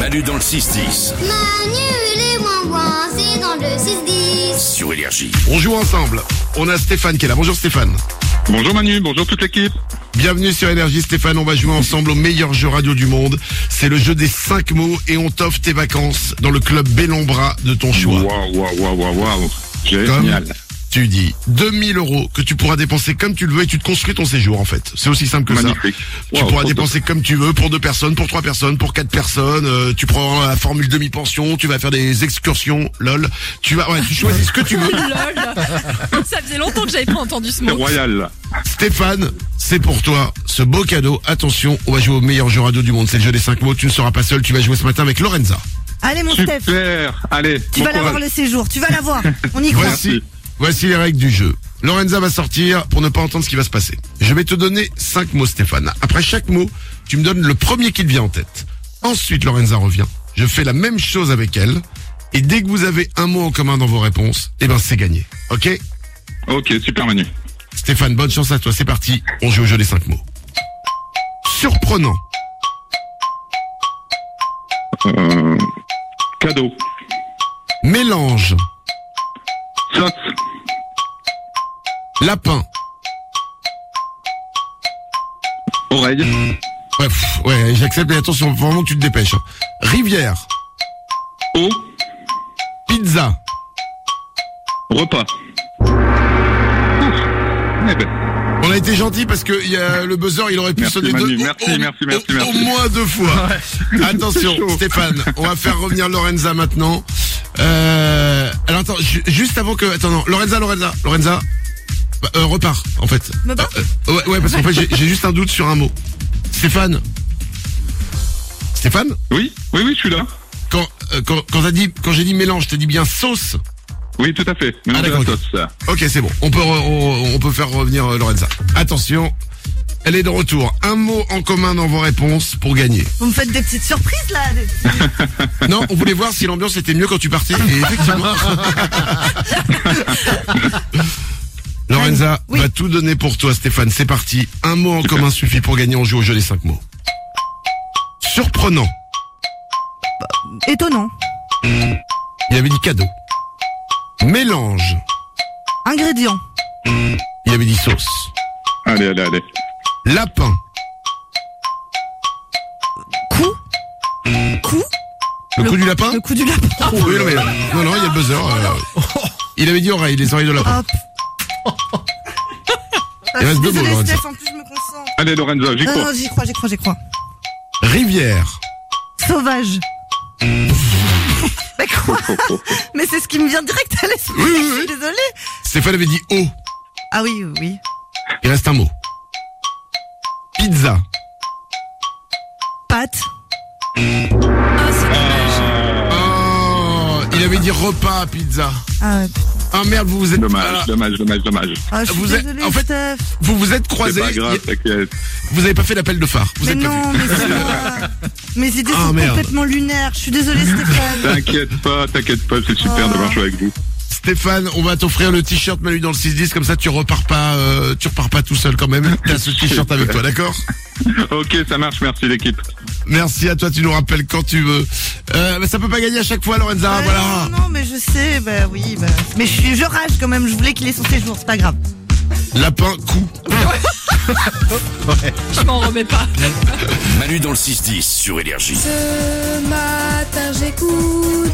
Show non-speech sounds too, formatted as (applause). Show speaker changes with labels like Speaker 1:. Speaker 1: Manu dans le 6-10
Speaker 2: Manu les moins c'est dans le 6-10.
Speaker 1: sur Énergie.
Speaker 3: On joue ensemble. On a Stéphane qui est là. Bonjour Stéphane.
Speaker 4: Bonjour Manu, bonjour toute l'équipe.
Speaker 3: Bienvenue sur Énergie Stéphane. On va jouer ensemble au meilleur jeu radio du monde. C'est le jeu des 5 mots et on t'offre tes vacances dans le club Bellombra de ton choix.
Speaker 4: Waouh, waouh, waouh, waouh, waouh. Génial.
Speaker 3: Comme tu dis, 2000 euros que tu pourras dépenser comme tu le veux et tu te construis ton séjour en fait. C'est aussi simple que
Speaker 4: Magnifique.
Speaker 3: ça. Tu
Speaker 4: Wow,
Speaker 3: pourras
Speaker 4: trop
Speaker 3: dépenser comme tu veux pour deux personnes, pour trois personnes, pour quatre personnes. euh, tu prends la formule demi-pension, tu vas faire des excursions, lol. Tu vas, ouais, tu choisis ce que tu veux.
Speaker 5: Lol. Oh Ça faisait longtemps que j'avais pas entendu ce
Speaker 4: C'est
Speaker 5: mot.
Speaker 4: royal.
Speaker 3: Stéphane, c'est pour toi ce beau cadeau. Attention, on va jouer au meilleur jeu radio du monde. C'est le jeu des 5 mots. Tu ne seras pas seul. Tu vas jouer ce matin avec Lorenza.
Speaker 6: Allez mon Steph,
Speaker 4: Super. Allez,
Speaker 6: tu
Speaker 4: bon
Speaker 6: vas l'avoir
Speaker 4: courage.
Speaker 6: le séjour, tu vas
Speaker 3: (laughs)
Speaker 6: l'avoir. On y croit.
Speaker 3: Voici, voici les règles du jeu. Lorenza va sortir pour ne pas entendre ce qui va se passer. Je vais te donner 5 mots, Stéphane. Après chaque mot, tu me donnes le premier qui te vient en tête. Ensuite, Lorenza revient. Je fais la même chose avec elle. Et dès que vous avez un mot en commun dans vos réponses, eh ben c'est gagné. Ok
Speaker 4: Ok, super Manu.
Speaker 3: Stéphane, bonne chance à toi. C'est parti. On joue au jeu des 5 mots. Surprenant.
Speaker 4: Euh, cadeau.
Speaker 3: Mélange.
Speaker 4: Sauce.
Speaker 3: Lapin.
Speaker 4: Oreille.
Speaker 3: Mm. Ouais, pff, ouais j'accepte, mais attention, faut vraiment que tu te dépêches. hein. Rivière,
Speaker 4: Eau.
Speaker 3: pizza,
Speaker 4: Repas. Ouf. Eh ben,
Speaker 3: on a été gentil parce que il y a le buzzer, il aurait pu
Speaker 4: Merci,
Speaker 3: sonner
Speaker 4: Manu.
Speaker 3: deux,
Speaker 4: Merci,
Speaker 3: au, au-
Speaker 4: merci, merci,
Speaker 3: au-
Speaker 4: merci.
Speaker 3: au moins deux
Speaker 4: (laughs)
Speaker 3: fois. Attention,
Speaker 4: C'est chaud.
Speaker 3: Stéphane, on va faire revenir Lorenza maintenant. Euh, alors attends, ju- juste avant que, attends, non, Lorenza, Lorenza, Lorenza, bah, euh, repars en fait.
Speaker 5: Me bats
Speaker 3: Euh, euh, ouais, ouais, parce qu'en fait, j'ai- j'ai juste un doute sur un mot. Stéphane, Stéphane,
Speaker 4: oui, oui, oui, je suis là.
Speaker 3: quand euh, quand quand t'as dit quand j'ai dit mélange, t'as dit bien sauce.
Speaker 4: Oui, tout à fait.
Speaker 3: Ah,
Speaker 4: Mélange de la
Speaker 3: d'accord,
Speaker 4: sauce. ça.
Speaker 3: Ok, c'est bon. On peut, re- on, on peut faire revenir euh, Lorenza. Attention, elle est de retour. Un mot en commun dans vos réponses pour gagner.
Speaker 6: Vous me faites des petites surprises là. des petits-
Speaker 3: Non, on voulait voir si l'ambiance était mieux quand tu partais. Et effectivement. Lorenza
Speaker 6: Oui.
Speaker 3: va tout donner pour toi, Stéphane. C'est parti. Un mot en commun suffit pour gagner. On joue au jeu des cinq mots. Surprenant.
Speaker 6: Étonnant.
Speaker 3: Il avait dit cadeau. Mélange.
Speaker 6: Ingrédients.
Speaker 3: Il avait dit sauce.
Speaker 4: Allez, allez, allez.
Speaker 3: Lapin.
Speaker 6: Coup. Coup.
Speaker 3: Le, coup du lapin
Speaker 6: Le coup du lapin.
Speaker 3: (laughs) Oui, non, mais- non, non, il y a le buzzer. euh, il avait dit oreille, les oreilles de lapin.
Speaker 6: Hop. Ah,
Speaker 3: Il reste
Speaker 6: je
Speaker 3: deux mots,
Speaker 6: suis désolée,
Speaker 3: Lorenza.
Speaker 6: Steph, en plus je me concentre.
Speaker 4: Allez, Lorenzo, j'y
Speaker 6: Non,
Speaker 4: cours.
Speaker 6: non, j'y crois, j'y crois, j'y crois.
Speaker 3: Rivière. (laughs)
Speaker 6: Sauvage. Mais quoi Mais c'est ce qui me vient direct à l'esprit.
Speaker 3: Oui, oui,
Speaker 6: Je
Speaker 3: oui.
Speaker 6: suis désolée.
Speaker 3: Stéphane avait dit eau.
Speaker 6: Ah oui, oui, oui.
Speaker 3: Il reste un mot. Pizza.
Speaker 6: Pâte.
Speaker 5: Ah, c'est dommage.
Speaker 3: Oh, il avait dit repas, pizza.
Speaker 6: Ah, ouais.
Speaker 3: Ah merde, vous vous êtes,
Speaker 4: Dommage,
Speaker 3: ah,
Speaker 4: dommage, dommage, dommage.
Speaker 6: Ah, je suis
Speaker 3: Vous êtes-
Speaker 6: désolée,
Speaker 3: en fait,
Speaker 6: Steph.
Speaker 3: vous vous êtes croisés.
Speaker 4: C'est pas grave,
Speaker 3: y-
Speaker 4: t'inquiète.
Speaker 3: Vous avez pas fait l'appel de phare. Vous
Speaker 6: Mais
Speaker 3: êtes pas
Speaker 6: non,
Speaker 3: vus.
Speaker 6: mais
Speaker 3: (laughs)
Speaker 6: c'est moi. Mes idées
Speaker 3: Ah,
Speaker 6: sont
Speaker 3: merde.
Speaker 6: complètement lunaires. Je
Speaker 3: (laughs)
Speaker 6: suis désolée, Stéphane.
Speaker 4: T'inquiète pas, t'inquiète pas, c'est
Speaker 6: Ah.
Speaker 4: super d'avoir joué avec vous.
Speaker 3: Stéphane, on va t'offrir le t-shirt Manu dans le 6-10 comme ça tu repars pas, euh, tu repars pas tout seul quand même. T'as ce t-shirt avec toi, d'accord
Speaker 4: Ok, ça marche, merci l'équipe.
Speaker 3: Merci à toi. Tu nous rappelles quand tu veux. Euh, mais ça peut pas gagner à chaque fois, Lorenza.
Speaker 6: Ouais,
Speaker 3: Ah, voilà.
Speaker 6: Non, non, mais je sais, bah oui, bah. Mais je, suis- je rage quand même, je voulais qu'il ait son séjour, c'est pas grave.
Speaker 3: Lapin, coup.
Speaker 5: Je m'en remets pas.
Speaker 1: Manu dans le 6-10 sur Énergie.
Speaker 7: Ce matin j'écoute